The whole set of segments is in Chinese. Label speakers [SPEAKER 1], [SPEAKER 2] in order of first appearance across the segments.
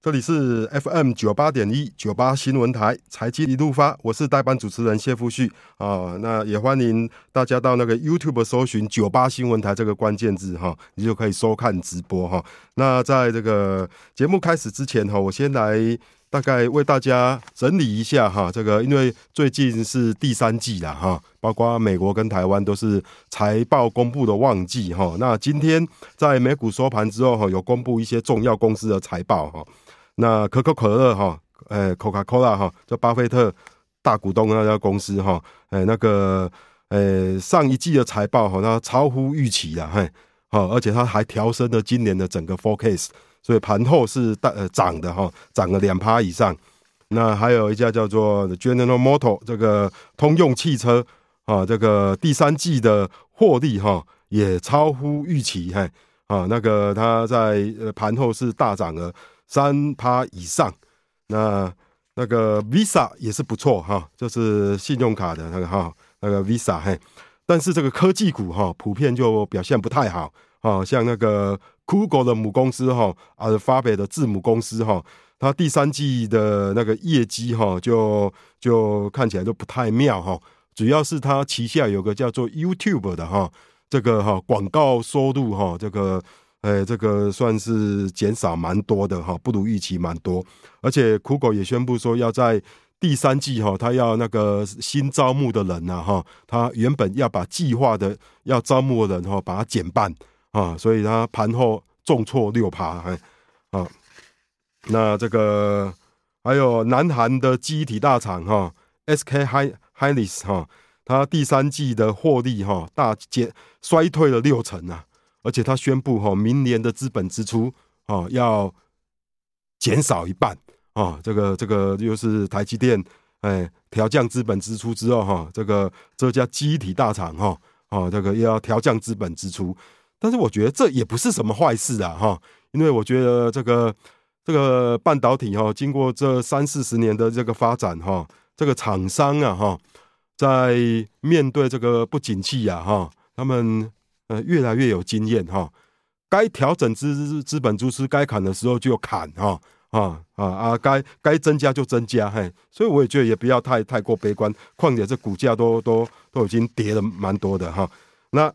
[SPEAKER 1] 这里是 FM 九八点一九八新闻台财经一路发，我是代班主持人谢富旭啊、那也欢迎大家到那个 YouTube 搜寻“九八新闻台”这个关键字哈、你就可以收看直播哈、那在这个节目开始之前哈、我先来大概为大家整理一下哈、这个因为最近是第三季啦哈、包括美国跟台湾都是财报公布的旺季哈、那今天在美股收盘之后哈、有公布一些重要公司的财报哈、那可口可乐哈，呃，Coca Cola 哈，就巴菲特大股东的啊那家公司哈，呃，那个呃上一季的财报哈，它超乎预期了，嘿，好，而且它还调升了今年的整个 forecast，所以盘后是大呃涨的哈，涨了两趴以上。那还有一家叫做 General Motor 这个通用汽车啊，这个第三季的获利哈、也超乎预期，嘿，啊，那个它在呃盘后是大涨了三趴以上。那那个 Visa 也是不错哈，就是信用卡的那个哈，那个 Visa 嘿，但是这个科技股哈，普遍就表现不太好啊，像那个 Google 的母公司哈，Alphabet 的字母公司哈，它第三季的那个业绩哈，就就看起来都不太妙哈，主要是它旗下有个叫做 YouTube 的哈，这个哈广告收入哈，这个。呃，这个算是减少蛮多的哈，不如预期蛮多。而且酷狗也宣布说要在第三季哈、他要那个新招募的人呐哈、他原本要把计划的要招募的人哈、把它减半啊，所以他盘后重挫六趴，哎啊，那这个还有南韩的记忆体大厂哈、SK Hi Hynix 哈、它第三季的获利哈、大减衰退了六成啊，而且它宣布哈、明年的资本支出哦、要减少一半哦，这个这个就是台积电哎调降资本支出之后哈、这个这家机体大厂哈哦这个又要调降资本支出，但是我觉得这也不是什么坏事啊哈、因为我觉得这个这个半导体哈、经过这三四十年的这个发展哈、这个厂商啊哈、在面对这个不景气啊哈、他们呃越来越有经验哈、该调整资资本支出该砍的时候就砍哈啊啊啊，该该增加就增加嘿，所以我也觉得也不要太太过悲观，况且这股价都都都已经跌了蛮多的哈。那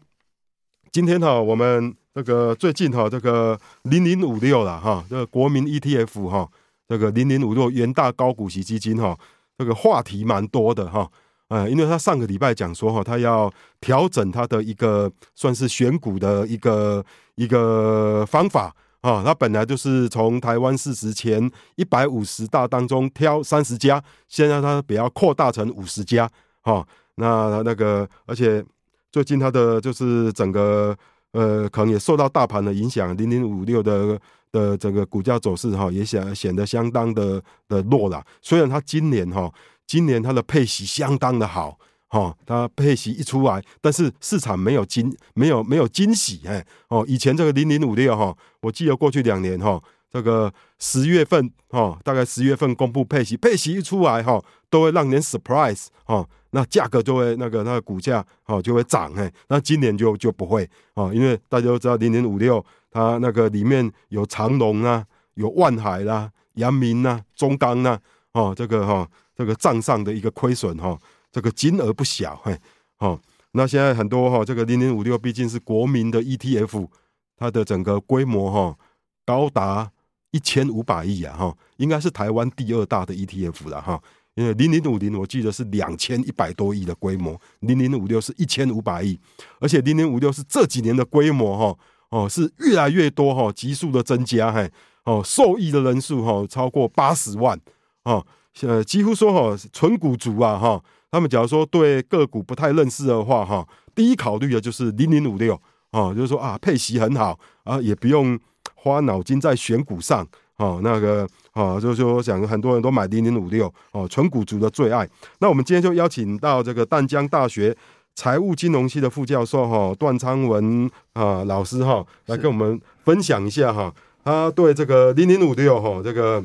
[SPEAKER 1] 今天哈，我们这个最近哈，这个零零五六了哈，这个国民 ETF 哈，这个零零五六元大高股息基金哈，这个话题蛮多的哈。呃，因为他上个礼拜讲说哈，他要调整他的一个算是选股的一个一个方法啊。他本来就是从台湾市值前一百五十大当中挑三十家，现在他比较扩大成五十家啊。那那个，而且最近他的就是整个呃，可能也受到大盘的影响，零零五六的的整个股价走势哈、也显显得相当的的弱了。虽然它今年哈、今年它的配息相当的好，哈、它配息一出来，但是市场没有惊，没有没有惊喜，哎，哦，以前这个零零五六哈，我记得过去两年哈、这个十月份哈、大概十月份公布配息，配息一出来哈、都会让人 surprise 哦，那价格就会那个那个股价哦就会涨，哎，那今年就就不会哦，因为大家都知道零零五六它那个里面有长隆啊，有万海啦、阳明啦、中钢啦、哦，这个哈、这个账上的一个亏损哈、这个金额不小，嘿，哦，那现在很多哈、这个零零五六毕竟是国民的 ETF，它的整个规模哈、高达一千五百亿啊，哈、应该是台湾第二大的 E ETF 了哈、因为零零五零我记得是两千一百多亿的规模，零零五六是一千五百亿，而且零零五六是这几年的规模哈、哦，是越来越多哈、急速的增加，嘿，哦，受益的人数哈、超过八十万哦，呃，几乎说哈、纯股族啊哈、他们假如说对个股不太认识的话哈、第一考虑的就是零零五六哦，就是说啊配息很好啊，也不用花脑筋在选股上哦，那个哦，就是说想很多人都买零零五六哦，纯股族的最爱。那我们今天就邀请到这个淡江大学。财务金融系的副教授哈、段昌文啊、老师哈、来跟我们分享一下哈、他对这个零零五六哈这个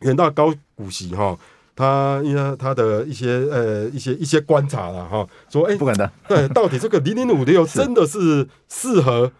[SPEAKER 1] 远大高股息哈、他因为他的一些呃一些一些观 察了哈、说哎、
[SPEAKER 2] 不敢当。
[SPEAKER 1] 对，到底这个零零五六真的是适合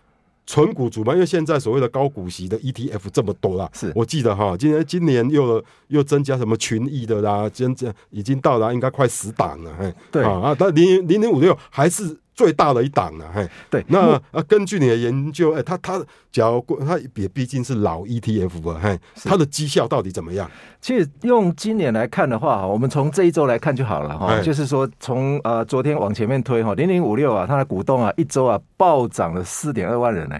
[SPEAKER 1] 纯股族嘛，因为现在所谓的高股息的 ETF 这么多啦，
[SPEAKER 2] 是
[SPEAKER 1] 我记得哈，今年今年又又增加什么群益的啦，增加已经到达应该快十档了，嘿，
[SPEAKER 2] 对
[SPEAKER 1] 啊，啊但零零零五六还是最大的一档了，嘿，
[SPEAKER 2] 对，
[SPEAKER 1] 那啊，根据你的研究，哎、它它假如过它也毕竟是老 ETF 了，嘿，它的绩效到底怎么样？
[SPEAKER 2] 其实用今年来看的话，我们从这一周来看就好了哈
[SPEAKER 1] 哎，
[SPEAKER 2] 就是说从呃昨天往前面推哈，零零五六啊，它的股东啊一周啊暴涨了四点二万人呢、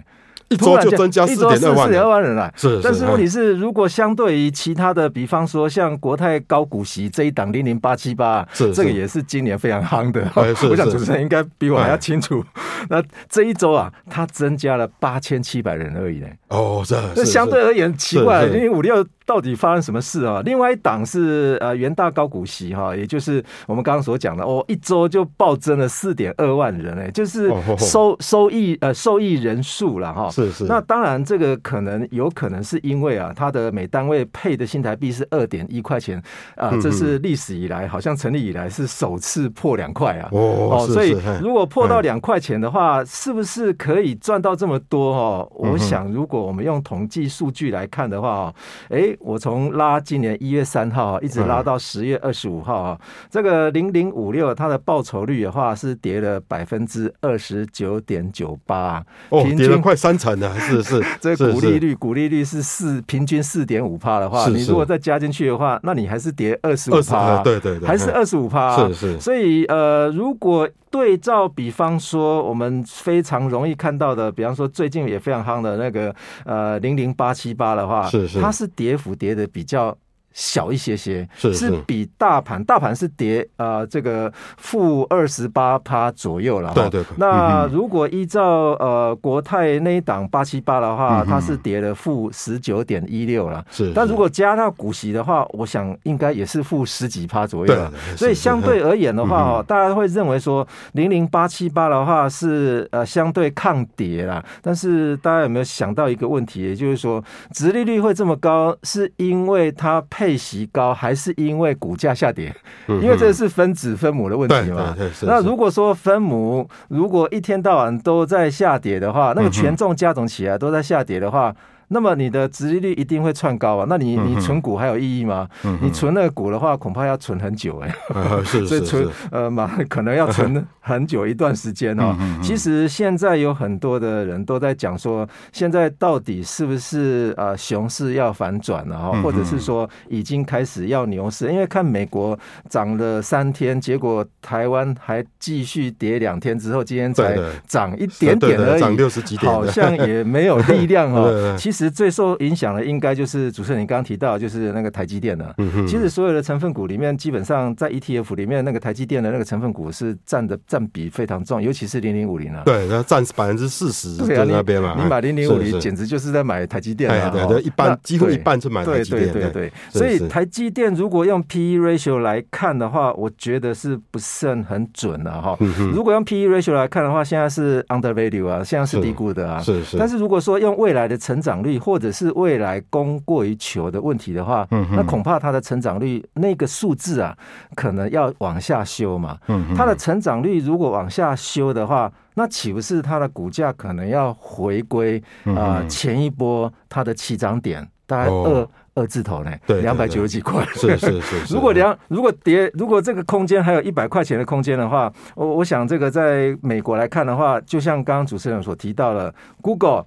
[SPEAKER 1] 一
[SPEAKER 2] 突
[SPEAKER 1] 周
[SPEAKER 2] 然
[SPEAKER 1] 就
[SPEAKER 2] 间
[SPEAKER 1] 增加
[SPEAKER 2] 一
[SPEAKER 1] 四
[SPEAKER 2] 周
[SPEAKER 1] 点二万
[SPEAKER 2] 四点
[SPEAKER 1] 人
[SPEAKER 2] 二，万人啊。
[SPEAKER 1] 是哎
[SPEAKER 2] 但是
[SPEAKER 1] 嘿
[SPEAKER 2] 问题是，如果相对于其他的，比方说像国泰高股息这一档零零八七八，
[SPEAKER 1] 是
[SPEAKER 2] 这个
[SPEAKER 1] 是
[SPEAKER 2] 也是今年非常夯的
[SPEAKER 1] 哎是。
[SPEAKER 2] 我想
[SPEAKER 1] 是
[SPEAKER 2] 主持人应该比我还
[SPEAKER 1] 哎
[SPEAKER 2] 要清楚。那这一周啊，它增加了八千七百人而已呢。
[SPEAKER 1] 哦，这
[SPEAKER 2] 这
[SPEAKER 1] 是
[SPEAKER 2] 相对
[SPEAKER 1] 是
[SPEAKER 2] 而言奇怪，
[SPEAKER 1] 是
[SPEAKER 2] 零零五六到底发生什么事啊？另外一档是呃元大高股息哈，也就是我们刚刚所讲的哦，一周就暴增了四点二万人哎、就是
[SPEAKER 1] 哦吼吼
[SPEAKER 2] 收收益呃受益人数了哈。
[SPEAKER 1] 是是
[SPEAKER 2] 那当然，这个可能有可能是因为啊，它的每单位配的新台币是二点一块钱啊、这
[SPEAKER 1] 嗯
[SPEAKER 2] 是历史以来好像成立以来是首次破两块啊。
[SPEAKER 1] 哦是
[SPEAKER 2] 所以
[SPEAKER 1] 是嘿嗯
[SPEAKER 2] 如果破到两块钱的话，是不是可以赚到这么多哦？
[SPEAKER 1] 嗯
[SPEAKER 2] 我想，如果我们用统计数据来看的话哦，诶，我从拉今年一月三号啊一直拉
[SPEAKER 1] 嗯
[SPEAKER 2] 到十月二十五号啊，这个零零五六它的报酬率的话是跌了百分之二十九点九八，
[SPEAKER 1] 哦
[SPEAKER 2] 平，
[SPEAKER 1] 跌了
[SPEAKER 2] 均，
[SPEAKER 1] 快三成了，是是
[SPEAKER 2] 这
[SPEAKER 1] 是
[SPEAKER 2] 股利
[SPEAKER 1] 是
[SPEAKER 2] 率，股利率是四，平均四点五帕的话，
[SPEAKER 1] 是
[SPEAKER 2] 你
[SPEAKER 1] 是
[SPEAKER 2] 如果再加进去的话，那你还是跌二十五
[SPEAKER 1] 20
[SPEAKER 2] 帕，
[SPEAKER 1] 呃对对对嗯
[SPEAKER 2] 还是二十五帕，
[SPEAKER 1] 是是
[SPEAKER 2] 所以呃，如果对照，比方说我们非常容易看到的，比方说最近也非常夯的那个呃零零八七八的话，
[SPEAKER 1] 是是
[SPEAKER 2] 它是跌幅跌的比较。小一些些，
[SPEAKER 1] 是是
[SPEAKER 2] 比大盘，大盘是跌呃这个负二十八趴左右了哈。
[SPEAKER 1] 对对
[SPEAKER 2] 那
[SPEAKER 1] 嗯
[SPEAKER 2] 如果依照呃国泰那一档八七八的
[SPEAKER 1] 嗯
[SPEAKER 2] 话，
[SPEAKER 1] 哼
[SPEAKER 2] 它是跌了负十九点一六了。
[SPEAKER 1] 是
[SPEAKER 2] 但如果加上股息的话，我想应该也是负十几趴左右
[SPEAKER 1] 对
[SPEAKER 2] 了。
[SPEAKER 1] 是
[SPEAKER 2] 所以
[SPEAKER 1] 是嗯
[SPEAKER 2] 相对而言的话，哦，大家会认为说零零八七八的话是呃相对抗跌啦。但是大家有没有想到一个问题，也就是说，殖利率会这么高，是因为它配息高，还是因为股价下跌？因为这是分子分母的问题
[SPEAKER 1] 嗯对
[SPEAKER 2] 嘛
[SPEAKER 1] 对对。是
[SPEAKER 2] 那
[SPEAKER 1] 是
[SPEAKER 2] 如果说分母如果一天到晚都在下跌的话，那
[SPEAKER 1] 嗯
[SPEAKER 2] 个权重加总起来都在下跌的话。那么你的殖利率一定会窜高啊？那你
[SPEAKER 1] 嗯
[SPEAKER 2] 你存股还有意义吗？你存那个股的话，恐怕要存很久哎、
[SPEAKER 1] 啊 是
[SPEAKER 2] 所以
[SPEAKER 1] 是
[SPEAKER 2] 存
[SPEAKER 1] 是，
[SPEAKER 2] 呃嘛，可能要 存很久一段时间
[SPEAKER 1] 嗯
[SPEAKER 2] 哦。其实现在有很多的人都在讲说，现在到底是不是呃熊市要反转了
[SPEAKER 1] 嗯
[SPEAKER 2] 哦，或者是说已经开始要牛市？因为看美国涨了三天，结果台湾还继续跌两天之后，今天
[SPEAKER 1] 对
[SPEAKER 2] 才
[SPEAKER 1] 对
[SPEAKER 2] 涨一点
[SPEAKER 1] 对
[SPEAKER 2] 点
[SPEAKER 1] 对
[SPEAKER 2] 而已，
[SPEAKER 1] 涨60几点
[SPEAKER 2] 好像也没有力 量
[SPEAKER 1] 对对
[SPEAKER 2] 哦
[SPEAKER 1] 对。
[SPEAKER 2] 其实最受影响的应该就是主持人你刚刚提到，就是那个台积电
[SPEAKER 1] 嗯
[SPEAKER 2] 了。其实所有的成分股里面，基本上在 ETF 里面，那个台积电的那个成分股是占的占比非常重，尤其是零零五零啊。
[SPEAKER 1] 嗯对，那占百分之四十
[SPEAKER 2] 对啊，
[SPEAKER 1] 在
[SPEAKER 2] 你
[SPEAKER 1] 那边嘛，
[SPEAKER 2] 你买零零五
[SPEAKER 1] 是
[SPEAKER 2] 零
[SPEAKER 1] 是
[SPEAKER 2] 简直就是在买台积电
[SPEAKER 1] 哎
[SPEAKER 2] 啊！
[SPEAKER 1] 对
[SPEAKER 2] 哦
[SPEAKER 1] 对，一半
[SPEAKER 2] 那
[SPEAKER 1] 几乎一
[SPEAKER 2] 对
[SPEAKER 1] 半是买台积
[SPEAKER 2] 对
[SPEAKER 1] 电，
[SPEAKER 2] 对对对，
[SPEAKER 1] 是
[SPEAKER 2] 所以
[SPEAKER 1] 是
[SPEAKER 2] 台积电如果用 P E ratio 来看的话，我觉得是不算很准的、啊哈、
[SPEAKER 1] 嗯
[SPEAKER 2] 如果用 P E ratio 来看的话，现在是 under value 啊，现在是
[SPEAKER 1] 是
[SPEAKER 2] 低估的啊。
[SPEAKER 1] 是是
[SPEAKER 2] 但是如果说用未来的成长率，或者是未来供过于求的问题的话，
[SPEAKER 1] 嗯
[SPEAKER 2] 那恐怕它的成长率那个数字啊，可能要往下修嘛。
[SPEAKER 1] 嗯
[SPEAKER 2] 它的成长率如果往下修的话，那岂不是它的股价可能要回归
[SPEAKER 1] 嗯
[SPEAKER 2] 啊、呃前一波它的起涨点，大概
[SPEAKER 1] 哦
[SPEAKER 2] 二、二字头呢，
[SPEAKER 1] 对对
[SPEAKER 2] 两百
[SPEAKER 1] 对
[SPEAKER 2] 九十几块。
[SPEAKER 1] 是是 是是，
[SPEAKER 2] 如果两如果跌，如果这个空间还有一百块钱的空间的话，我我想这个在美国来看的话，就像刚刚主持人所提到了，Google，、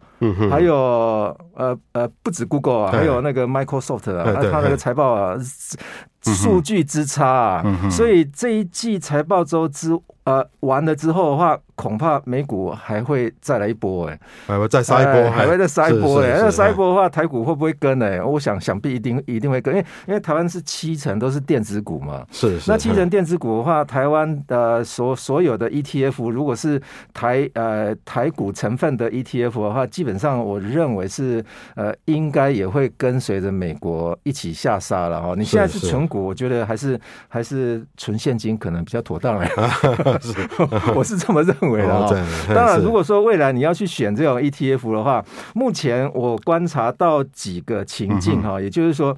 [SPEAKER 2] 还有呃呃，不止 Google 啊，
[SPEAKER 1] 嗯对
[SPEAKER 2] 还有那个 Microsoft 啊，
[SPEAKER 1] 哎
[SPEAKER 2] 啊
[SPEAKER 1] 对嗯
[SPEAKER 2] 它那
[SPEAKER 1] 哎
[SPEAKER 2] 个财报啊，数据之差啊，所以这一季财报周之呃完了之后的话，恐怕美股还会再来一波哎、
[SPEAKER 1] 还会再杀一波，
[SPEAKER 2] 哎还会再杀一波
[SPEAKER 1] 是
[SPEAKER 2] 哎、
[SPEAKER 1] 是是
[SPEAKER 2] 那杀一
[SPEAKER 1] 哎
[SPEAKER 2] 波的话，台股会不会跟呢、我想想必一定一定会跟，因为因为台湾是七成都是电子股嘛，
[SPEAKER 1] 是是
[SPEAKER 2] 那七成电子股的话，台湾呃所所有的 ETF，如果是台呃台股成分的 ETF 的话，基本上我认为是呃应该也会跟随着美国一起下杀了哈。你现在是
[SPEAKER 1] 是
[SPEAKER 2] 存股，我觉得还是还是存现金可能比较妥 当 哎，我是这么认为的啊
[SPEAKER 1] 哦
[SPEAKER 2] 哈。
[SPEAKER 1] 这样哎
[SPEAKER 2] 当然，
[SPEAKER 1] 是
[SPEAKER 2] 如果说未来你要去选这种 E
[SPEAKER 1] 嗯
[SPEAKER 2] ETF 的话，目前我观察到几个情境哈，也就是说。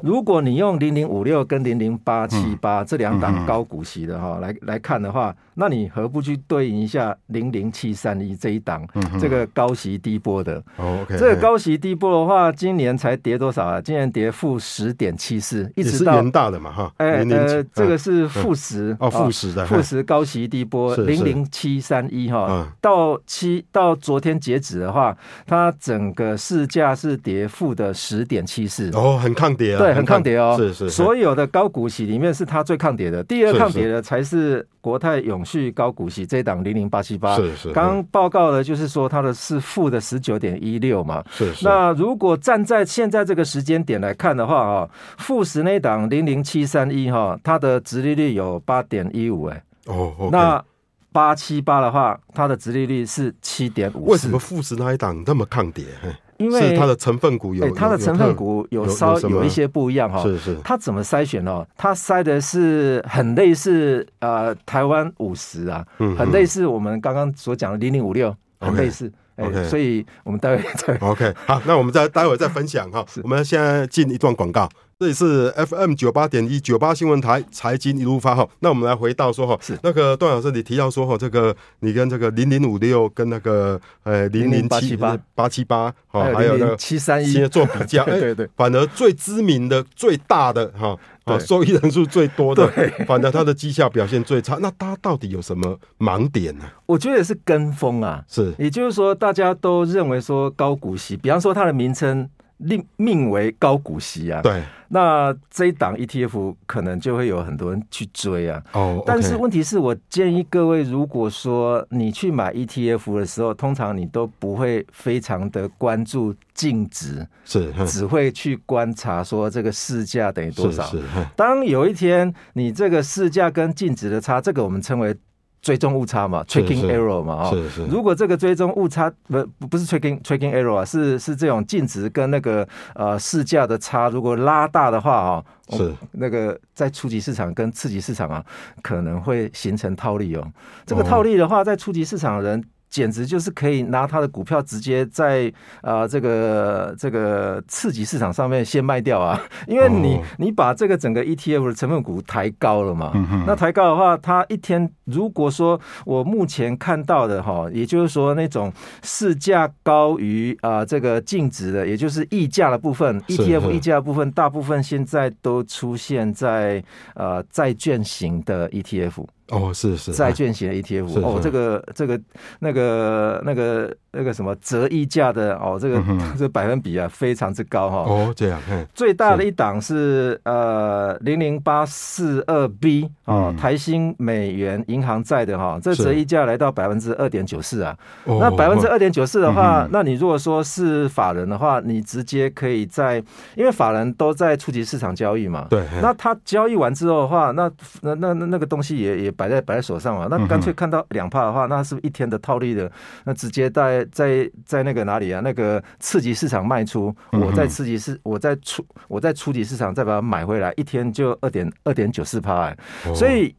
[SPEAKER 2] 如果你用零零五六跟零零
[SPEAKER 1] 嗯
[SPEAKER 2] 八七八这两档高股息的哈、来来看的话，那你何不去对应一下零零七三一这一档、这个高息低波的？
[SPEAKER 1] 哦，OK，
[SPEAKER 2] 这个
[SPEAKER 1] 嗯嘿
[SPEAKER 2] 高息低波的话，今年才跌多少啊？今年跌负十点七四，一
[SPEAKER 1] 也
[SPEAKER 2] 直
[SPEAKER 1] 是
[SPEAKER 2] 到
[SPEAKER 1] 元大的嘛哈，
[SPEAKER 2] 哎
[SPEAKER 1] 零零
[SPEAKER 2] 呃
[SPEAKER 1] 七，
[SPEAKER 2] 这个
[SPEAKER 1] 嗯
[SPEAKER 2] 是负十啊
[SPEAKER 1] 哦负十的
[SPEAKER 2] 负十高息低波
[SPEAKER 1] 是是
[SPEAKER 2] 零零七三一
[SPEAKER 1] 嗯
[SPEAKER 2] 哈，到七到昨天截止的话，它整个市价是跌负的十点七四。
[SPEAKER 1] 哦很抗跌啊，
[SPEAKER 2] 对，很抗跌哦。
[SPEAKER 1] 是是，
[SPEAKER 2] 所
[SPEAKER 1] 以
[SPEAKER 2] 有的高股息里面是它最抗跌的，第二
[SPEAKER 1] 是
[SPEAKER 2] 抗跌的才是国泰永续高股息这一档零零八七八。
[SPEAKER 1] 是是
[SPEAKER 2] 刚刚报告的就是说它的是负的十九点一六嘛。
[SPEAKER 1] 是是
[SPEAKER 2] 那如果站在现在这个时间点来看的话啊，富时那档零零七三一哈，它的殖利率有八点一五哎，
[SPEAKER 1] 哦，OK
[SPEAKER 2] 那八七八的话，它的殖利率是七点五。
[SPEAKER 1] 为什么？富时那一档那么抗跌？嘿
[SPEAKER 2] 因
[SPEAKER 1] 是
[SPEAKER 2] 为
[SPEAKER 1] 它的成分股有
[SPEAKER 2] 哎，它的
[SPEAKER 1] 有
[SPEAKER 2] 成分股有
[SPEAKER 1] 有
[SPEAKER 2] 稍
[SPEAKER 1] 有什么
[SPEAKER 2] 有一些不一样哈。
[SPEAKER 1] 是是
[SPEAKER 2] 它怎么筛选哦？它筛的是很类似呃台湾五十啊，
[SPEAKER 1] 嗯
[SPEAKER 2] 很类似我们刚刚所讲的零零五六，很
[SPEAKER 1] OK，
[SPEAKER 2] 类似。哎
[SPEAKER 1] OK
[SPEAKER 2] 所以我们待会再
[SPEAKER 1] OK，好，那我们再待会再分 享哈。我们现在进一段广告，这里是 FM 九八点一九八新闻台财经一路发哈。那我们来回到说哈
[SPEAKER 2] 是，
[SPEAKER 1] 那个段老师你提到说哈，这个你跟这个零零五六跟那个呃零零七
[SPEAKER 2] 00878
[SPEAKER 1] 八七八哈，
[SPEAKER 2] 还
[SPEAKER 1] 哦还有那
[SPEAKER 2] 有零
[SPEAKER 1] 个
[SPEAKER 2] 零七三一
[SPEAKER 1] 现在做比 较，哎
[SPEAKER 2] 对对，
[SPEAKER 1] 反而最知名的、最大的哈。啊，
[SPEAKER 2] 对
[SPEAKER 1] 受益人数最多的
[SPEAKER 2] 对，
[SPEAKER 1] 反而它的绩效表现最差。那它到底有什么盲点呢、
[SPEAKER 2] 我觉得是跟风啊，
[SPEAKER 1] 是
[SPEAKER 2] 也就是说，大家都认为说高股息，比方说它的名称命命为高股息啊，
[SPEAKER 1] 对
[SPEAKER 2] 那这一档 ETF 可能就会有很多人去追啊。
[SPEAKER 1] 哦，
[SPEAKER 2] 但
[SPEAKER 1] OK
[SPEAKER 2] 是问题是我建议各位，如果说你去买 ETF 的时候，通常你都不会非常的关注净值，
[SPEAKER 1] 是哼
[SPEAKER 2] 只会去观察说这个市价等于多
[SPEAKER 1] 是
[SPEAKER 2] 少。
[SPEAKER 1] 是哼
[SPEAKER 2] 当有一天你这个市价跟净值的差，这个我们称为追踪误差嘛
[SPEAKER 1] 是
[SPEAKER 2] ，tracking
[SPEAKER 1] 是
[SPEAKER 2] error 嘛，哦。
[SPEAKER 1] 是是
[SPEAKER 2] 如果这个追踪误差不不不是 tracking tracking error 啊，是是这种净值跟那个呃市价的差，如果拉大的话哦，
[SPEAKER 1] 是
[SPEAKER 2] 哦那个在初级市场跟次级市场啊，可能会形成套利哦。这个
[SPEAKER 1] 哦
[SPEAKER 2] 套利的话，在初级市场的人。简直就是可以拿他的股票直接在啊这个这个次级市场上面先卖掉啊，因为你
[SPEAKER 1] 哦
[SPEAKER 2] 你把这个整个 ETF 的成分股抬高了嘛，那抬高的话，它一天如果说我目前看到的哈，也就是说那种市价高于啊、这个净值的，也就是溢价的部分
[SPEAKER 1] 是
[SPEAKER 2] ，ETF
[SPEAKER 1] 是
[SPEAKER 2] 溢价 E 的部分，大部分现在都出现在呃债券型的 ETF，
[SPEAKER 1] 哦，是是
[SPEAKER 2] 债
[SPEAKER 1] 哎
[SPEAKER 2] 券型的
[SPEAKER 1] 是
[SPEAKER 2] ETF 哦
[SPEAKER 1] 是，
[SPEAKER 2] 这个这个那个那个那个什么折溢价的哦，这个、 这百分比啊非常之高哈、
[SPEAKER 1] 嗯哦，这样，嗯，
[SPEAKER 2] 最大的一档是呃零零八四二 B 哦，
[SPEAKER 1] 嗯
[SPEAKER 2] 台新美元银行债的哈、这
[SPEAKER 1] 是
[SPEAKER 2] 折溢价来到百分之二点九四啊。
[SPEAKER 1] 哦嗯
[SPEAKER 2] 那百分之，二点九四的话，那你如果说是法人的话，你直接可以在，因为法人都在初级市场交易嘛。。
[SPEAKER 1] 对，
[SPEAKER 2] 那他交易完之后的话，那那那那那个东西也也摆在摆在手上嘛，
[SPEAKER 1] 嗯
[SPEAKER 2] 那干脆看到两帕的话，那是不是一天的套利的，那直接在在在那个哪里啊？那个次级市场卖出，
[SPEAKER 1] 嗯
[SPEAKER 2] 我在次级市，我在初我在初级市场再把它买回来，一天就二点二点九四帕，哎
[SPEAKER 1] 哦
[SPEAKER 2] 所以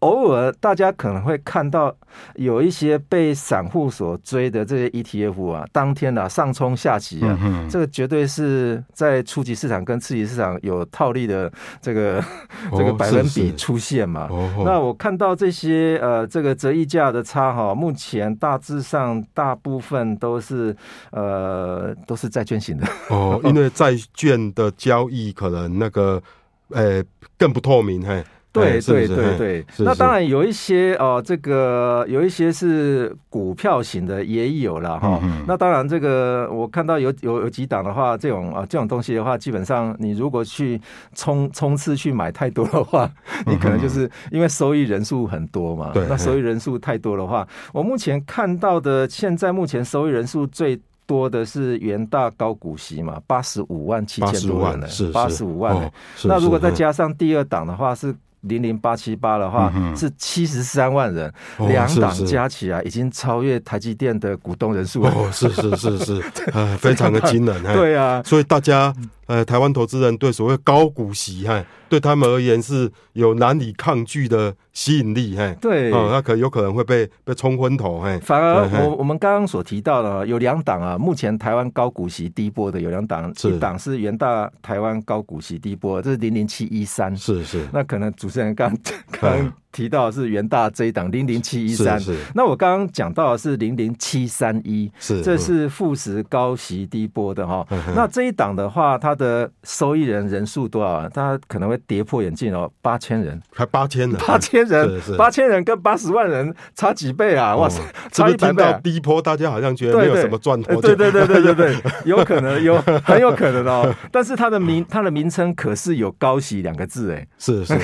[SPEAKER 2] 偶尔大家可能会看到有一些被散户所追的这些 ETF 啊，当天啊上冲下急
[SPEAKER 1] 嗯
[SPEAKER 2] 啊，这个绝对是在初级市场跟次级市场有套利的这个 这个
[SPEAKER 1] 哦
[SPEAKER 2] 百分
[SPEAKER 1] 是
[SPEAKER 2] 比
[SPEAKER 1] 是
[SPEAKER 2] 出现嘛。
[SPEAKER 1] 哦，
[SPEAKER 2] 那我看到这些呃，这个折溢价的差哈，目前大致上大部分都是呃都是债券型的，
[SPEAKER 1] 哦，因为债券的交易可能那个，呃，更不透明，嘿，
[SPEAKER 2] 对
[SPEAKER 1] 哎是不
[SPEAKER 2] 对
[SPEAKER 1] 是
[SPEAKER 2] 对
[SPEAKER 1] 嘿
[SPEAKER 2] 对，
[SPEAKER 1] 是
[SPEAKER 2] 那
[SPEAKER 1] 是
[SPEAKER 2] 当然有一些哦，这个有一些是股票型的也有了哈。
[SPEAKER 1] 嗯
[SPEAKER 2] 那当然，这个我看到有有有几档的话，这种啊这种东西的话，基本上你如果去冲冲刺去买太多的话， 你可能就是因为收益人数很多嘛。
[SPEAKER 1] 嗯对哎
[SPEAKER 2] 那收益人数太多的话，我目前看到的现在目前收益人数最。多的是元大高股息嘛，八十五万七
[SPEAKER 1] 八
[SPEAKER 2] 千
[SPEAKER 1] 十
[SPEAKER 2] 多人
[SPEAKER 1] 万
[SPEAKER 2] 呢
[SPEAKER 1] 是，
[SPEAKER 2] 八十五万呢、
[SPEAKER 1] 哦是
[SPEAKER 2] 那如果
[SPEAKER 1] 是
[SPEAKER 2] 再
[SPEAKER 1] 嘿
[SPEAKER 2] 加上第二档的话，是零零八七八的话，
[SPEAKER 3] 嗯哼
[SPEAKER 2] 是七十三万人，
[SPEAKER 1] 哦
[SPEAKER 2] 两
[SPEAKER 1] 是
[SPEAKER 2] 党
[SPEAKER 1] 是
[SPEAKER 2] 加起来已经超越台积电的股东人数了。
[SPEAKER 1] 哦，是是是是， 呃，非常的惊人，嘿。哎
[SPEAKER 2] 对啊，
[SPEAKER 1] 所以大家，呃，台湾投资人对所谓高股息，嘿，对他们而言是有难以抗拒的吸引力，嘿，
[SPEAKER 2] 对。
[SPEAKER 1] 哦，那可有可能会被被冲昏头， 嘿，
[SPEAKER 2] 反而
[SPEAKER 1] 嗯
[SPEAKER 2] 我我们刚刚所提到的有两档啊，目前台湾高股息低波的有两档，
[SPEAKER 1] 是
[SPEAKER 2] 一档是元大台湾高股息低波，这是零零七一三。
[SPEAKER 1] 是是
[SPEAKER 2] 那可能主持人刚
[SPEAKER 1] 哎
[SPEAKER 2] 刚提到的是元大这一档零零七一三
[SPEAKER 1] 是，是
[SPEAKER 2] 那我刚刚讲到的是零零七三一，
[SPEAKER 1] 是，
[SPEAKER 2] 这
[SPEAKER 1] 嗯
[SPEAKER 2] 是富时高息低波的哈、那这一档的话，它的受益人人数多少啊？它可能会跌破眼镜哦，八千人，
[SPEAKER 1] 还八千哎呢，
[SPEAKER 2] 八千
[SPEAKER 1] 嗯
[SPEAKER 2] 人
[SPEAKER 1] 是是，
[SPEAKER 2] 八千人跟八十万人差几倍啊！哇塞
[SPEAKER 1] 哦，是
[SPEAKER 2] 差
[SPEAKER 1] 不
[SPEAKER 2] 一
[SPEAKER 1] 是
[SPEAKER 2] 百
[SPEAKER 1] 听
[SPEAKER 2] 倍
[SPEAKER 1] 到
[SPEAKER 2] 啊。
[SPEAKER 1] 低坡，大家好像觉得没有什么赚头，
[SPEAKER 2] 呃对对对对对对，有可能有很有可能哦，但是它的名它的名称可是有高息两个字哎，
[SPEAKER 1] 是 是，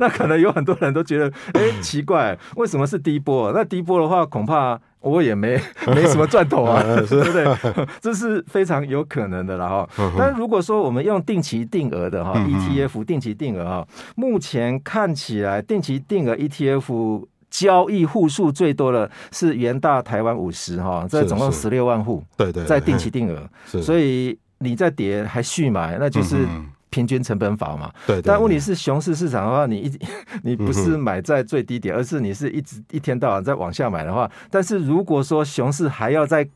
[SPEAKER 2] 那可能有很多人都 觉得，哎、奇怪，为什么是低波？那低波的话，恐怕我 也没没什么赚头啊，对不对？ 这是非常有可能的啦
[SPEAKER 1] 嗯
[SPEAKER 2] 哈。但如果说我们用定期定额的哈 ETF 定期定额哈，目前看起来定期定额 ETF。交易户数最多的是元大台湾五十哈，这
[SPEAKER 1] 是
[SPEAKER 2] 总共
[SPEAKER 1] 是
[SPEAKER 2] 十六万户
[SPEAKER 1] 对对，
[SPEAKER 2] 在定期定额，
[SPEAKER 1] 是，嗯
[SPEAKER 2] 所
[SPEAKER 1] 以
[SPEAKER 2] 以你再跌还续买，那就是平均成本法嘛。
[SPEAKER 1] 对，对
[SPEAKER 2] 但问题
[SPEAKER 1] 对嗯
[SPEAKER 2] 是，熊市市场的话，你一 你不是买在最低点，而是你是一直一天到晚在往下买的话，但是如果说熊市还要再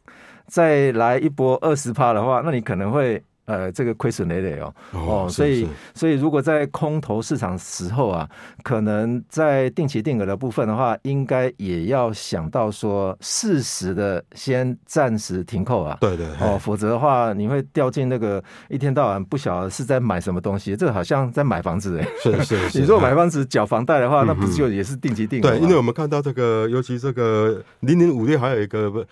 [SPEAKER 2] 再来一波二十趴的话，那你可能会。呃，这个亏损累累哦，
[SPEAKER 1] 哦是
[SPEAKER 2] 所以
[SPEAKER 1] 是
[SPEAKER 2] 所以如果在空头市场时候啊，可能在定期定额的部分的话，应该也要想到说适时的先暂时停扣啊，
[SPEAKER 1] 对对
[SPEAKER 2] 哦，否则的话，你会掉进那个一天到晚不晓得是在买什么东西，这好像在买房 子哎。
[SPEAKER 1] 是是是， 嗯
[SPEAKER 2] 你如果买房子缴房贷的话，那不就也是定期定额吗？
[SPEAKER 1] 对，因为我们看到这个，尤其这个零零五六，还有一个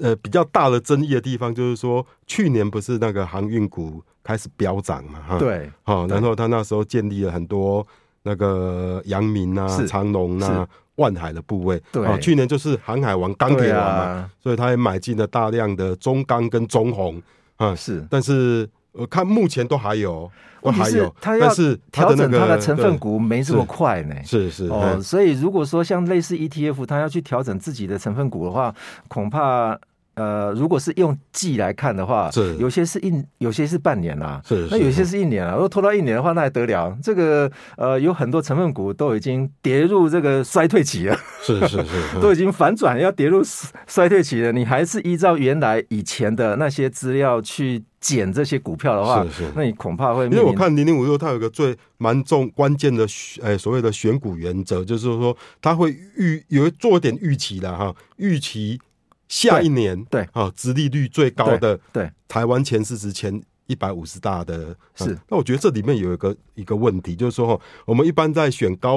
[SPEAKER 1] 呃比较大的争议的地方，就是说去年不是那个航运股开始飙涨嘛，哈，，
[SPEAKER 2] 对
[SPEAKER 1] 好、
[SPEAKER 2] 对
[SPEAKER 1] 然后他那时候建立了很多那个阳明啊、
[SPEAKER 2] 是
[SPEAKER 1] 长隆啊、万海的部位，
[SPEAKER 2] 对
[SPEAKER 1] 哦去年就是航海王、钢铁
[SPEAKER 2] 对
[SPEAKER 1] 王嘛，
[SPEAKER 2] 啊，
[SPEAKER 1] 所以他也买进了大量的中钢跟中红，啊、
[SPEAKER 2] 是
[SPEAKER 1] 但是我看目前都还有，都
[SPEAKER 2] 问题
[SPEAKER 1] 还
[SPEAKER 2] 是
[SPEAKER 1] 有，
[SPEAKER 2] 他要
[SPEAKER 1] 但是
[SPEAKER 2] 调
[SPEAKER 1] 那
[SPEAKER 2] 整
[SPEAKER 1] 个
[SPEAKER 2] 它的成分
[SPEAKER 1] 对
[SPEAKER 2] 股没这么快呢。
[SPEAKER 1] 是是
[SPEAKER 2] 哦，
[SPEAKER 1] 嗯
[SPEAKER 2] 所以如果说像类似 E ETF，它要去调整自己的成分股的话，恐怕呃，如果是用季来看的话，
[SPEAKER 1] 是
[SPEAKER 2] 有些是一，有些是半年啦、
[SPEAKER 1] 是
[SPEAKER 2] 那
[SPEAKER 1] 是
[SPEAKER 2] 有些是一年啊，如果拖到一年的话，那还得了？这个呃，有很多成分股都已经跌入这个衰退期了，
[SPEAKER 1] 是是是，
[SPEAKER 2] 都
[SPEAKER 1] 对
[SPEAKER 2] 已经反转要跌入衰衰退期了。你还是依照原来以前的那些资料去减这些股票的话，
[SPEAKER 1] 是是
[SPEAKER 2] 那你恐怕会
[SPEAKER 1] 因为我
[SPEAKER 2] 面临
[SPEAKER 1] 看零零五六，它有一个最蛮重关键的选，呃，所谓的选股原则，就是说它会预有做点预期的哈，预期下一年
[SPEAKER 2] 对对
[SPEAKER 1] 啊，殖利率最高的
[SPEAKER 2] 对
[SPEAKER 1] 台湾前四十前一百五十大的啊
[SPEAKER 2] 是
[SPEAKER 1] 那我觉得这里面有一个一个问题，就是说哈，我们一般在选高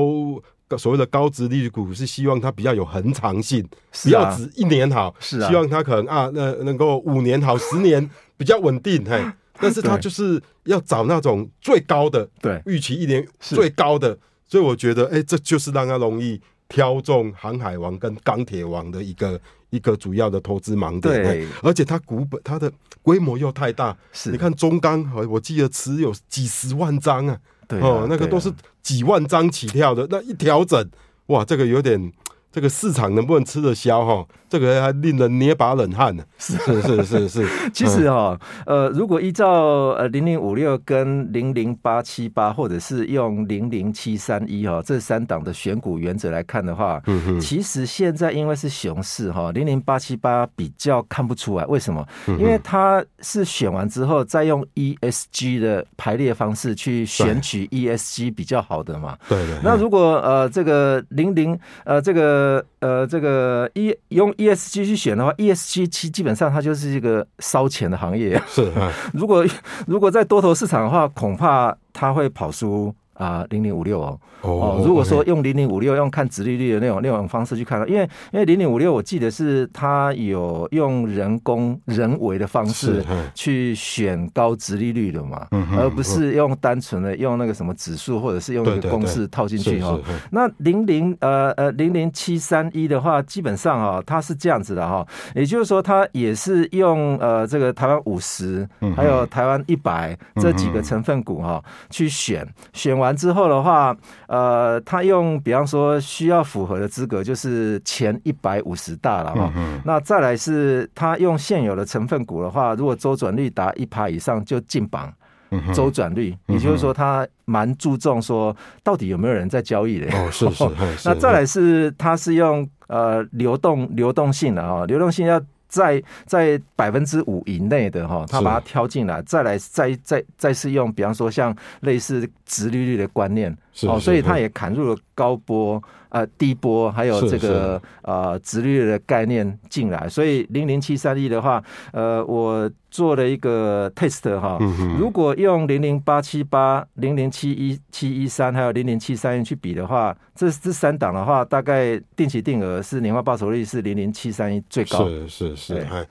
[SPEAKER 1] 所谓的高殖利率股，是希望它比较有恒长性，不
[SPEAKER 2] 是
[SPEAKER 1] 要
[SPEAKER 2] 啊，
[SPEAKER 1] 只一年好，
[SPEAKER 2] 是啊
[SPEAKER 1] 希望他可能啊，那能够五年好，十年比较稳定，嘿。但是他
[SPEAKER 2] 啊对
[SPEAKER 1] 就是要找那种最高的
[SPEAKER 2] 对
[SPEAKER 1] 预期一年
[SPEAKER 2] 是
[SPEAKER 1] 最高的，所以我觉得，哎、这就是让他容易挑中航海王跟钢铁王的一个一个主要的投资盲点。
[SPEAKER 2] 对
[SPEAKER 1] 嘿而且它股本它的规模又太大，
[SPEAKER 2] 是啊
[SPEAKER 1] 你看中钢，好我记得持有几十万张啊，
[SPEAKER 2] 对啊
[SPEAKER 1] 哦，那个
[SPEAKER 2] 对啊
[SPEAKER 1] 都是几万张起跳的，那一调整，哇，这个有点，这个市场能不能吃得消哈？这个还令人捏把冷汗呢。啊是是是是，
[SPEAKER 2] 其实哦，呃，如果依照呃零零五六跟零零八七八，或者是用零零七三一哈这三档的选股原则来看的话，其实现在因为是熊市哈，零零八七八比较看不出来，为什么？因为它是选完之后再用 ESG 的排列方式去选取 ESG 比较好的嘛。
[SPEAKER 1] 对的，
[SPEAKER 2] 那如果呃这个零零呃这个呃这个 E 用 ESG 去选的话，ESG 其基本上它就是一个烧钱的行业。
[SPEAKER 1] 是啊，
[SPEAKER 2] 如果如果在多头市场的话，恐怕它会跑输啊零零五六哦。哦，如果说用零零五六用看殖利率的那种那种方式去看，因为因为零零五六我记得是它有用人工人为的方
[SPEAKER 1] 是
[SPEAKER 2] 式
[SPEAKER 1] 嗯
[SPEAKER 2] 去选高殖利率的嘛，而不是用单纯的用那个什么指数或者是用
[SPEAKER 1] 对
[SPEAKER 2] 一个
[SPEAKER 1] 对
[SPEAKER 2] 公
[SPEAKER 1] 对
[SPEAKER 2] 式套进
[SPEAKER 1] 是
[SPEAKER 2] 去哦。
[SPEAKER 1] 是
[SPEAKER 2] 那零零呃呃零零七三一的话，基本上啊、它是这样子的哈、也就是说它也是用呃这个台湾五十，还有台湾一百这几个成分股哈、去选，选完完之后的话，呃，他用比方说需要符合的资格就是前一百五十大了哈、那再来是他用现有的成分股的话，如果周转率达一趴以上就进榜。周转率，也就是说，他蛮注重说到底有没有人在交易的。
[SPEAKER 1] 哦，是 是，嘿是
[SPEAKER 2] 那再来是，它是用呃流动流动性的哈、流动性要在在百分之五以内的哈、它
[SPEAKER 1] 是
[SPEAKER 2] 把它挑进来，再来再再再是用，比方说像类似直利率的观念，
[SPEAKER 1] 是
[SPEAKER 2] 哦，
[SPEAKER 1] 是
[SPEAKER 2] 所以它
[SPEAKER 1] 嗯
[SPEAKER 2] 也砍入了高波、呃低波，还有
[SPEAKER 1] 是
[SPEAKER 2] 这个呃直利率的概念进来，所以零零七三一的话，呃，我做了一个 test 哈、如果用零零八七八、零零七一七一三还有零零七三一去比的话，这这三档的话，大概定期定额是年化报酬率是零零七三一最高。
[SPEAKER 1] 是是是，
[SPEAKER 2] 对
[SPEAKER 1] 哎，